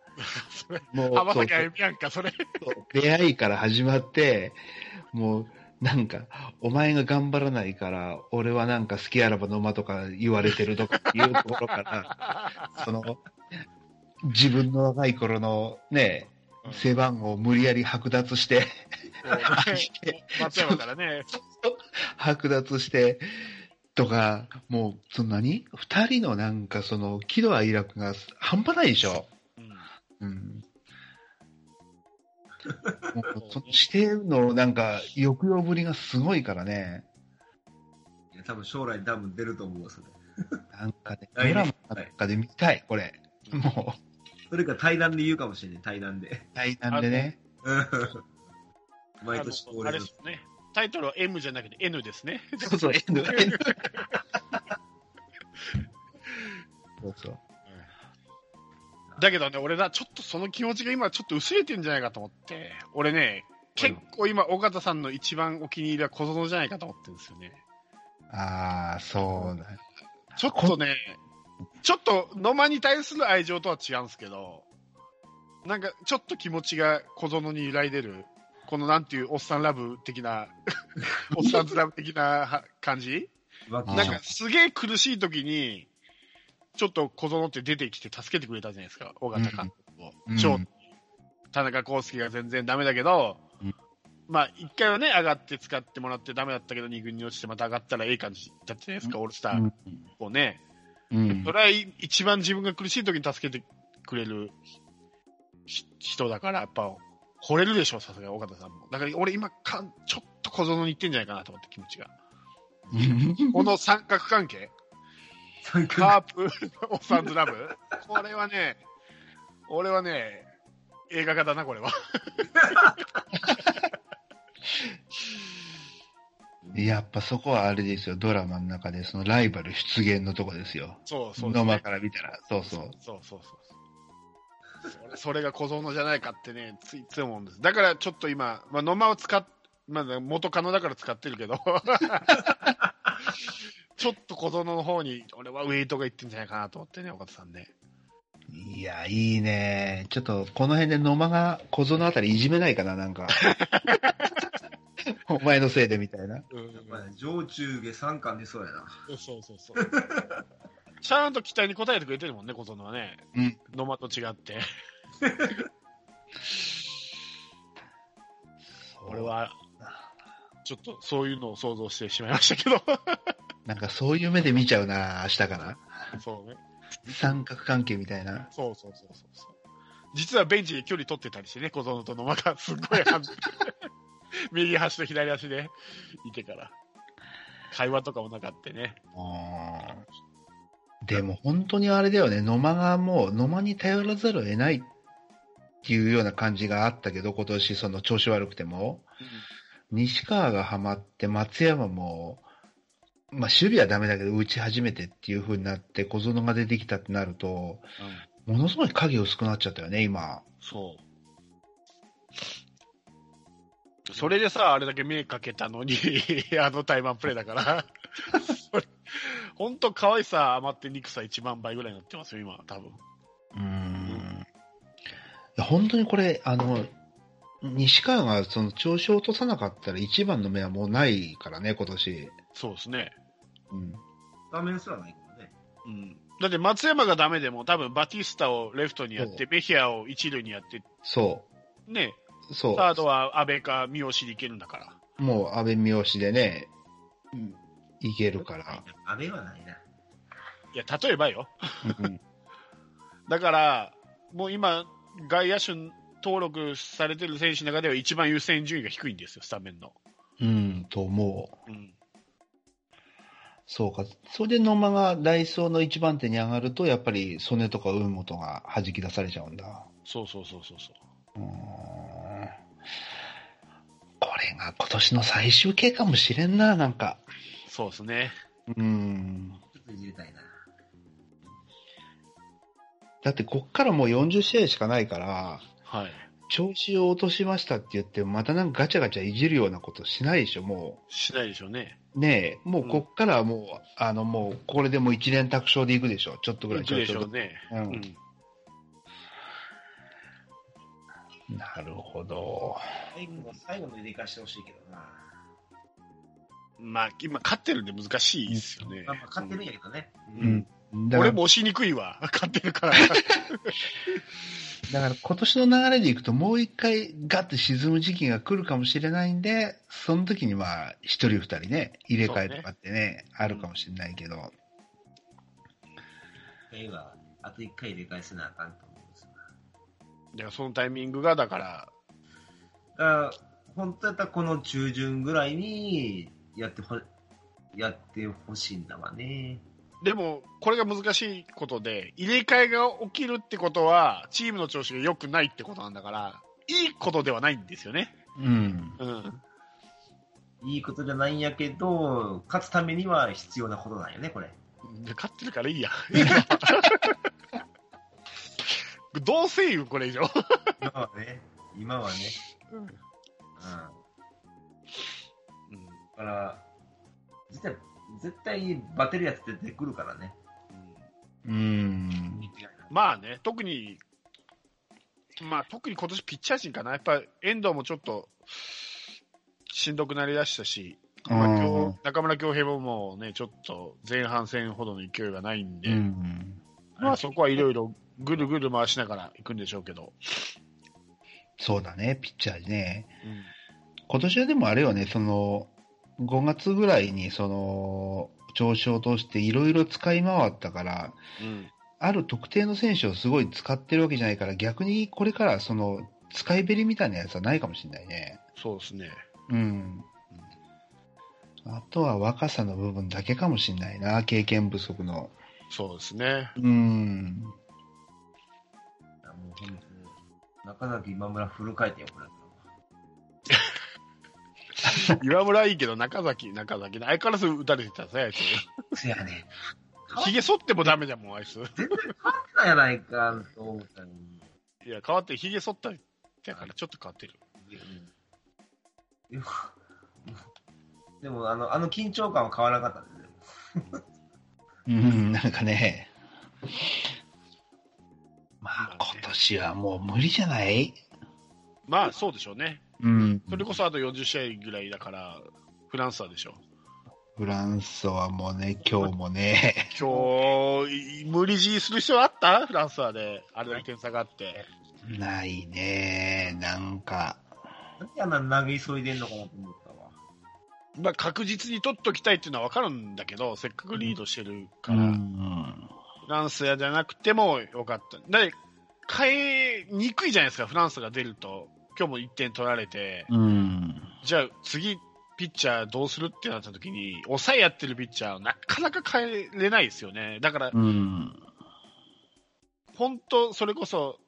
Speaker 6: それ
Speaker 5: もう
Speaker 6: 浜
Speaker 5: そう
Speaker 6: 崎あゆみやんか、それ。
Speaker 5: そう出会いから始まって、もうなんか、お前が頑張らないから、俺はなんか好きあらば野間とか言われてるとかいうところから、その、自分の若い頃のね、背番号を無理やり剥奪して、
Speaker 6: 松山からね。
Speaker 5: 剥奪して、とか、もう、その何二人のなんかその、喜怒哀楽が半端ないでしょ。
Speaker 6: う
Speaker 5: う
Speaker 6: ん
Speaker 5: ん。もうそのしてのなんか、抑揚ぶりがすごいからね。
Speaker 4: いや多分将来多分出ると思うわそれ。
Speaker 5: なんかね、ド
Speaker 4: 来年
Speaker 5: ラマなんかで見たい、これ。も
Speaker 4: それか対談で言うかもしれない、対談で
Speaker 5: う。、対談でね。
Speaker 4: うん
Speaker 6: あ
Speaker 4: 毎年
Speaker 6: の
Speaker 4: 恒
Speaker 6: あ
Speaker 4: 例
Speaker 6: れ
Speaker 4: の
Speaker 6: で。すね。タイトルは M じゃなくて N ですね。
Speaker 5: そう そう、N。そうそう。
Speaker 6: だけどね、俺らちょっとその気持ちが今ちょっと薄れてんじゃないかと思って。俺ね、結構今、尾形さんの一番お気に入りは小園じゃないかと思ってるんですよね。
Speaker 5: ああ、そうだ。
Speaker 6: ちょっとね、ちょっと野間に対する愛情とは違うんですけど、なんかちょっと気持ちが小園に揺らいでる、このなんていうおっさんラブ的 な、おっさんズラブ的なは感じ
Speaker 4: 浮気
Speaker 5: あー
Speaker 6: なんかすげえ苦しい時に、ちょっと小園って出てきて助けてくれたじゃないですか、尾形監督を。
Speaker 5: うん
Speaker 6: 超
Speaker 5: うん
Speaker 6: 田中康介が全然ダメだけど、
Speaker 5: うん
Speaker 6: まあ一回はね、上がって使ってもらってダメだったけど、二軍に落ちてまた上がったらええ感じだったじゃないですか、オールスターをね。
Speaker 5: うん
Speaker 6: それはい一番自分が苦しい時に助けてくれるひ人だから、やっぱ、惚れるでしょ、さすが岡田さんも。だから俺今かん、ちょっと小園に行ってんじゃないかなと思って気持ちが。この三角関係、
Speaker 4: 三角
Speaker 6: カープ、オッサンズラブ、これはね、俺はね、映画化だな、これは。
Speaker 5: やっぱそこはあれですよ、ドラマの中で、そのライバル出現のとこですよ。
Speaker 6: そうそうです
Speaker 5: 野
Speaker 6: ね
Speaker 5: 間から見たら、そうそう。
Speaker 6: そうそうそうそう。それそれが小園じゃないかってね、ついつい思うんです。だからちょっと今、まあ、野間を使っ、まあ、元カノだから使ってるけ ど、ちょっと小園の方に、俺はウェイトがいってんじゃないかなと思ってね、岡田さんね。
Speaker 5: いや、いいね。ちょっと、この辺で野間が小園あたりいじめないかな、 なんか。お前のせいでみたいな。
Speaker 6: うん、
Speaker 4: まあ上中下三巻でそうやな。
Speaker 6: そうそうそう。 ちゃんと期待に応えてくれてるもんね、小園はね。
Speaker 5: うん
Speaker 6: 野間と違って。俺。は、ちょっとそういうのを想像してしまいましたけど。
Speaker 5: なんかそういう目で見ちゃうな、明日から。
Speaker 6: そうね。
Speaker 5: 三角関係みたいな。
Speaker 6: そうそうそうそうそう。実はベンチで距離取ってたりしてね、小園と野間がすっごい 反右足と左足でいてから。会話とかもなかってね。
Speaker 5: うんでも本当にあれだよね、野間がもう野間に頼らざるを得ないっていうような感じがあったけど、今年その調子悪くても。西川がハマって、松山も、まあ、守備はダメだけど、打ち始めてっていう風になって、小園が出てきたってなると、ものすごい影薄くなっちゃったよね、今。
Speaker 6: そう。それでさ、あれだけ目かけたのに、 あのタイマンプレーだから。それ本当可愛さ余って憎さ1万倍ぐらいになってますよ、今、多分。
Speaker 5: うーん。いや本当にこれ、あの、西川がその調子を落とさなかったら一番の目はもうないからね、今年。
Speaker 6: そうですね。
Speaker 5: うん。
Speaker 4: スタメンすらないからね。
Speaker 6: うんだって松山がダメでも多分バティスタをレフトにやって、メヒアを一塁にやって、
Speaker 5: そ
Speaker 6: ね、
Speaker 5: う。そう。
Speaker 6: サードは安倍か三好でいけるんだから。
Speaker 5: もう安倍三好でね、いけるから。
Speaker 4: 安倍はないな。
Speaker 6: いや、例えばよ。
Speaker 5: うん
Speaker 6: だから、もう今、外野手登録されてる選手の中では一番優先順位が低いんですよ、スタメンの。
Speaker 5: うん、と思う。
Speaker 6: うん。
Speaker 5: そうか。それで野間がダイソーの一番手に上がると、やっぱり曽根とか海本が弾き出されちゃうんだ。
Speaker 6: そうそうそうそうそ
Speaker 5: う
Speaker 6: う。
Speaker 5: ーんこれが今年の最終形かもしれんな、なんか。
Speaker 6: そうですね。
Speaker 5: うーん。
Speaker 4: ちょっといじりたいな。
Speaker 5: だってこっからもう40試合しかないから、
Speaker 6: はい。
Speaker 5: 調子を落としましたって言って、またなんかガチャガチャいじるようなことしないでしょ、も
Speaker 6: しないでしょうね。
Speaker 5: う。ねえ、もうこっからはもう、あのもう、これでもう一連卓勝でいくでしょ、ちょっとぐらい
Speaker 6: いくでし
Speaker 5: ちょ
Speaker 6: ょ
Speaker 5: っ
Speaker 6: うね。
Speaker 5: とうん
Speaker 6: うん。
Speaker 5: なるほど。
Speaker 4: 最後の最後の入れ替えしてほしいけどな。
Speaker 6: まあ、今、勝ってるんで難しいですよね。
Speaker 4: まあ、まあ勝ってるんやけどね。
Speaker 6: うん。
Speaker 5: だか
Speaker 6: 俺
Speaker 5: ら、
Speaker 6: も押しにくいわ。 勝ってる から。
Speaker 5: だから今年の流れでいくと、もう一回ガッて沈む時期が来るかもしれないんで、その時にまあ、一人二人ね、入れ替えとかってね、あるかもしれないけど。
Speaker 4: 一回は、あと一回入れ替えせなあかんと思うんですよ
Speaker 6: いや、そのタイミングが、だから、
Speaker 4: だから、本当だったらこの中旬ぐらいにやってほ、やってほしいんだわね。
Speaker 6: でも、これが難しいことで、入れ替えが起きるってことは、チームの調子が良くないってことなんだから、いいことではないんですよね。
Speaker 5: うん。
Speaker 6: うん。
Speaker 4: いいことじゃないんやけど、勝つためには必要なことなんよね、これ。
Speaker 6: で勝ってるからいいや。 どうせ言う、これ以上。
Speaker 4: 今はね、今はね。
Speaker 6: う
Speaker 4: う
Speaker 6: ん
Speaker 4: ん。だから、絶対、絶対バテるやつって出てくるからね。
Speaker 5: うん。
Speaker 6: まあね、特に、まあ特に今年ピッチャー陣かな。やっぱ遠藤もちょっと、しんどくなりだしたし、まあ
Speaker 5: うん
Speaker 6: 今日、中村恭平ももうね、ちょっと前半戦ほどの勢いがないんで、
Speaker 5: うん。
Speaker 6: まあそこはいろいろぐるぐる回しながら行くんでしょうけど。
Speaker 5: そうだね、ピッチャーね。
Speaker 6: うん
Speaker 5: 今年はでもあれよね、その、5月ぐらいに、その、調子を通していろいろ使い回ったから、ある特定の選手をすごい使ってるわけじゃないから、逆にこれからその、使いべりみたいなやつはないかもしれないね。
Speaker 6: そうですね。
Speaker 5: うん。あとは若さの部分だけかもしれないな、経験不足の。
Speaker 6: そうですね。
Speaker 5: うん。
Speaker 4: いやもう本当中崎今村フル回転よ、これ。
Speaker 6: 岩村いいけど中崎、中崎ね。相変わらず打たれてたね、あいつ。
Speaker 4: せやね。
Speaker 6: 髭剃ってもダメじゃん、もうあいつ。
Speaker 4: なんやないかと思ったのに。
Speaker 6: いや、変わってる、髭剃っただからちょっと変わってる。
Speaker 4: でも、でもあの、あの緊張感は変わらなかったんで、ね、
Speaker 5: うん、なんかね。まあ、今年はもう無理じゃない
Speaker 6: まあそうでしょうね。
Speaker 5: うん。
Speaker 6: それこそあと40試合ぐらいだから、フランスはでしょ。
Speaker 5: フランスはもうね、今日もね、
Speaker 6: 今日、い無理強いする必要あったフランスはで、あれだけ点差があって。
Speaker 5: ないね、なんか。
Speaker 4: なんであんな投げ急いでんのかなと思ったわ。
Speaker 6: まあ確実に取っときたいっていうのは分かるんだけど、せっかくリードしてる
Speaker 5: う
Speaker 6: から、
Speaker 5: ん。
Speaker 6: フランスやじゃなくてもよかった。だって変えにくいじゃないですか、フランスが出ると。今日も1点取られて、
Speaker 5: うん。
Speaker 6: じゃあ次、ピッチャーどうするってなった時に、抑えやってるピッチャーはなかなか変えれないですよね。だから、
Speaker 5: うん。
Speaker 6: 本当、それこそ、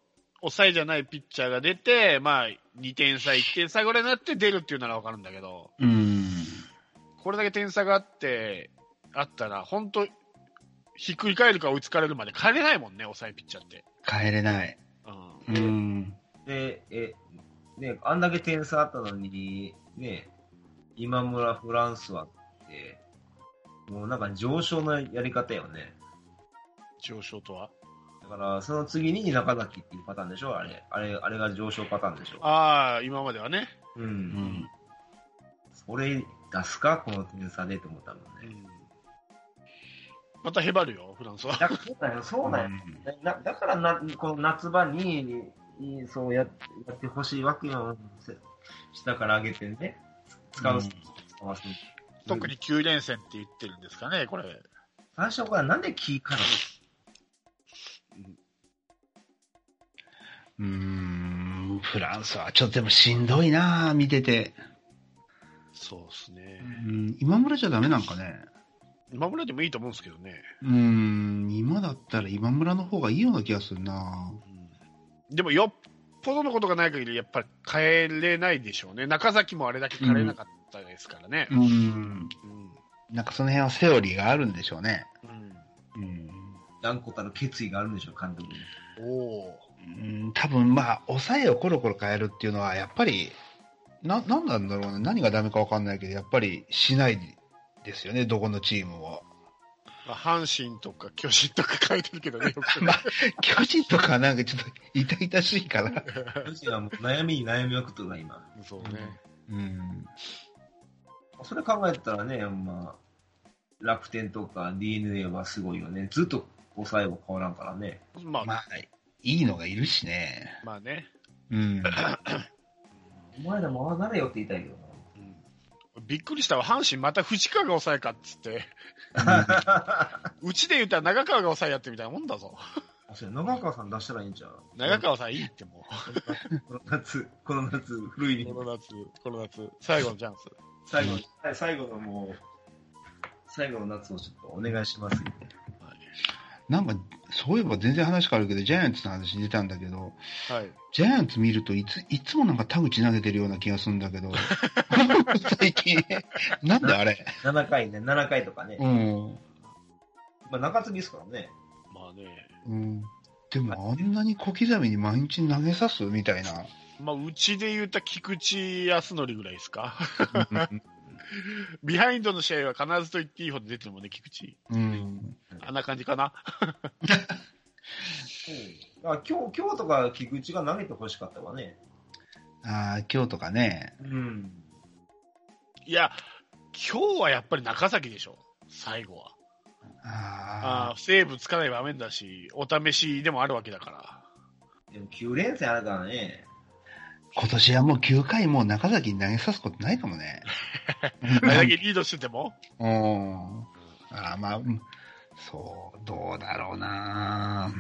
Speaker 6: 抑えじゃないピッチャーが出て、まあ、2点差、1点差ぐらいになって出るっていうならわかるんだけど、
Speaker 5: うん。
Speaker 6: これだけ点差があって、あったら、本当、ひっくり返るか追いつかれるまで帰れないもんね、抑えピッチャーって。
Speaker 5: 帰れない。
Speaker 6: うん、
Speaker 5: うん。
Speaker 4: で、え、ね、あんだけ点差あったのに、ね、今村フランスはって、もうなんか上昇のやり方よね。
Speaker 6: 上昇とは。
Speaker 4: だから、その次に中崎っていうパターンでしょあれ、あれ、あれが上昇パターンでしょ
Speaker 6: ああ、今まではね。
Speaker 4: う。
Speaker 5: うんん。
Speaker 4: それ出すかこの点差でって思ったもん
Speaker 6: う
Speaker 4: ね。
Speaker 6: ん、またへばるよ、フランスは。
Speaker 4: だからそうだよ、そうだよ。なだからな、この夏場に、いいそうややってほしいわけよ。せ下から上げてね、使う、
Speaker 5: うん
Speaker 4: 使わせる
Speaker 6: 特に9連戦って言ってるんですかね、これ。
Speaker 4: 最初からなんで聞かない
Speaker 5: うん。フランスはちょっとでもしんどいな、見てて。
Speaker 6: そうですね
Speaker 5: う。ん。今村じゃダメなんかね。
Speaker 6: 今村でもいいと思うんですけどね。
Speaker 5: うん。今だったら今村の方がいいような気がするな。
Speaker 6: うんでもよっぽどのことがない限り、やっぱり変えれないでしょうね。中崎もあれだけ変えれなかったですからね。
Speaker 5: うん。
Speaker 6: うん。
Speaker 5: なんかその辺はセオリーがあるんでしょうね。
Speaker 6: うん。
Speaker 5: うん。
Speaker 4: 断固たる決意があるんでしょう、監督に。
Speaker 6: おお。
Speaker 5: うん、多分まあ、抑えをコロコロ変えるっていうのは、やっぱり、な、なんなんだろうね。何がダメかわかんないけど、やっぱりしないですよね、どこのチームを。
Speaker 6: まあ、阪神とか巨人とか変えてるけ どね、よく
Speaker 5: まあ、巨人とかなんかちょっと痛々しいから。
Speaker 4: うちはもう悩みに悩みまくっとるな、今。
Speaker 6: そうね。
Speaker 5: うん。
Speaker 4: それ考えたらね、まあ、楽天とか DNA はすごいよね。ずっと抑えは変わらんからね。
Speaker 6: ま
Speaker 5: ま
Speaker 6: あ、ま
Speaker 5: あ、いいのがいるしね。
Speaker 6: あね。
Speaker 5: うん。
Speaker 4: お前らもああなれよって言いたいけどな。
Speaker 6: うんびっくりしたわ、阪神また藤川が抑えかっつ って、うちで言ったら長川が抑えやってみたいなもんだぞ。
Speaker 4: あそれ長川さん出したらいいんちゃう
Speaker 6: 長川さんいいっても、
Speaker 4: この夏、この夏、古いうに
Speaker 6: こ、の夏、この夏、最後のチャンス。
Speaker 4: 最後、最後のもう、最後の夏をちょっとお願いしますよ。
Speaker 5: なんか、そういえば全然話変わるけど、ジャイアンツの話出たんだけど、
Speaker 6: はい。
Speaker 5: ジャイアンツ見るといつ、いつもなんか田口投げてるような気がするんだけど、最近、なんであれ。
Speaker 4: 7回ね、7回とかね。
Speaker 5: うん。
Speaker 4: まあ中継ぎですからね。
Speaker 6: まあね。
Speaker 5: うん。でも、あんなに小刻みに毎日投げさすみたいな。
Speaker 6: まあ、うちで言った菊池康則ぐらいですか。ビハインドの試合は必ずと言っていいほど出てるもんね、菊池。
Speaker 5: うん。
Speaker 6: あんな感じかな。
Speaker 4: だから今日、今日とか菊池が投げてほしかったわね。
Speaker 5: ああ、今日とかね。
Speaker 4: うん。
Speaker 6: いや、今日はやっぱり中崎でしょ、最後は。あ
Speaker 5: あ
Speaker 6: あー、セーブつかない場面だし、お試しでもあるわけだから。
Speaker 4: でも9連戦あるからね。
Speaker 5: あ、今年はもう9回もう中崎に投げさすことないかもね。
Speaker 6: あれだけリードしてても。
Speaker 5: うん。ああ、まあ、うんそう、どうだろうな。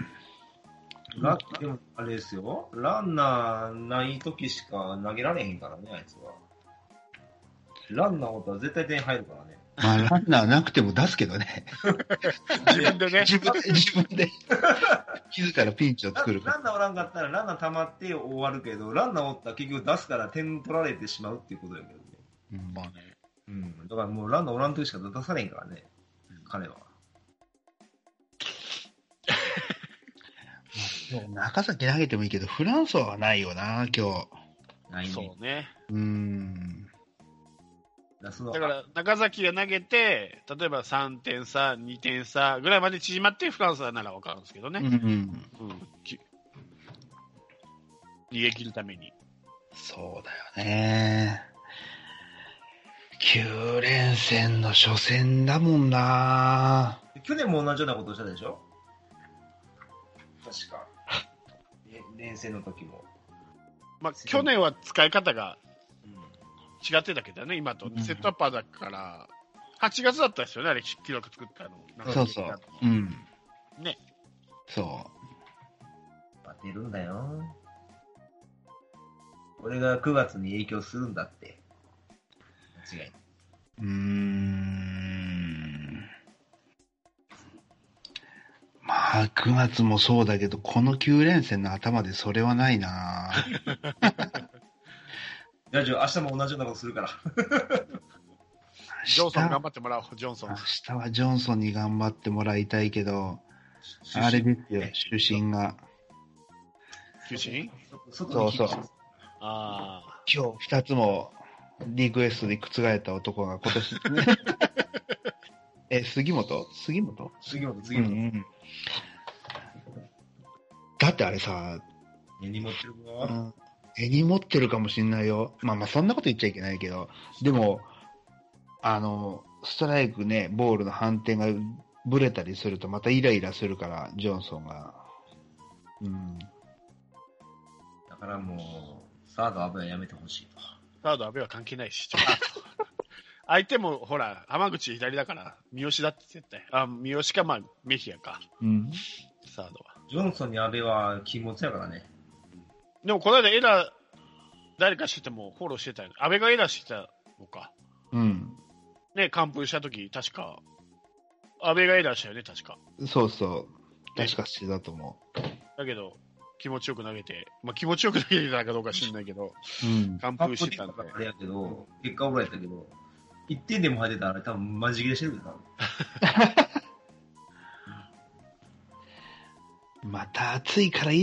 Speaker 4: ラでも、あれですよ。ランナーない時しか投げられへんからね、あいつは。ランナーおったら絶対点入るからね。
Speaker 5: まあ、ランナーなくても出すけどね。
Speaker 6: 自分で ね。
Speaker 5: 自分で、自分で、 自らピンチを
Speaker 4: ラ
Speaker 5: 作るから。
Speaker 4: ランナーおらんかったらランナー溜まって終わるけど、ランナーおったら結局出すから点取られてしまうっていうことやけどね。
Speaker 5: うん
Speaker 6: まあね。
Speaker 4: うん。だからもうランナーおらん時しか出されへんからね、彼は。
Speaker 5: そう中崎投げてもいいけど、フランスはないよな、今日。
Speaker 4: ないね。
Speaker 6: そうね。
Speaker 5: うーん。
Speaker 4: だからその
Speaker 6: だから、中崎が投げて、例えば3点差、2点差ぐらいまで縮まって、フランスはならわかるんですけど
Speaker 5: う
Speaker 6: ね。
Speaker 5: ん。
Speaker 6: うん。き逃げ切るために。
Speaker 5: そうだよね。9連戦の初戦だもんな。
Speaker 4: 去年も同じようなことしたでしょ確 か。え連戦の時も。
Speaker 6: まあ、去年は使い方が
Speaker 4: うん
Speaker 6: 違ってたけどね、今と
Speaker 5: う。ん
Speaker 6: セットアッパーだから、8月だったですよね、あれ、記録作ったの。
Speaker 5: そうそう。うん。
Speaker 6: ね。
Speaker 5: そ
Speaker 4: 当てるんだよ。俺が9月に影響するんだって。間違いない。
Speaker 5: う。うーん。まあ、9月もそうだけど、この9連戦の頭でそれはないな。
Speaker 4: ラジオ、明日も同じようなことするから。
Speaker 6: ジョンソン頑張ってもらおう、ジョンソン
Speaker 5: 明。日はジョンソンに頑張ってもらいたいけど、あれですよ、主審が。
Speaker 6: 球審
Speaker 4: 外に
Speaker 5: そ
Speaker 4: 聞
Speaker 5: うそ
Speaker 4: いうて
Speaker 6: ああ。
Speaker 5: 今日2つもリクエストで覆った男が今 年、え、杉本杉本
Speaker 4: 次も次も。
Speaker 5: うんうんだってあれさ、
Speaker 4: 根に持ってる
Speaker 5: う
Speaker 4: わ。
Speaker 5: ん根に持ってるかもしんないよ。まあまあ、そんなこと言っちゃいけないけど、でも、あの、ストライクね、ボールの反転がブレたりすると、またイライラするから、ジョンソンが。うん。
Speaker 4: だからもう、サード危ないやめてほしいと。
Speaker 6: サード、阿部は関係ないし。ちょっと 相手も、ほら、浜口左だから、三好だって絶対。あ、三好か、まあ、メヒアか、
Speaker 5: うん。
Speaker 6: サードは。
Speaker 4: ジョンソンに安倍は禁物やからね。
Speaker 6: でも、この間エラー、誰かしててもフォローしてたよね。阿部がエラーしてたのか。
Speaker 5: うん。
Speaker 6: ね、完封した時確か、阿部がエラーしたよね、確か。
Speaker 5: そうそう。確かしてたと思
Speaker 6: だけど、気持ちよく投げて、まあ、気持ちよく投げてたかどうか知んないけど、
Speaker 5: うん。
Speaker 6: 完
Speaker 4: カッ
Speaker 6: 封
Speaker 4: プ
Speaker 6: し
Speaker 4: で
Speaker 6: てたんで、
Speaker 4: あれやけど、結果オーライやったけど、1点でも入ってたら、あれ多分マジ切れしてるから。
Speaker 5: また暑いからいい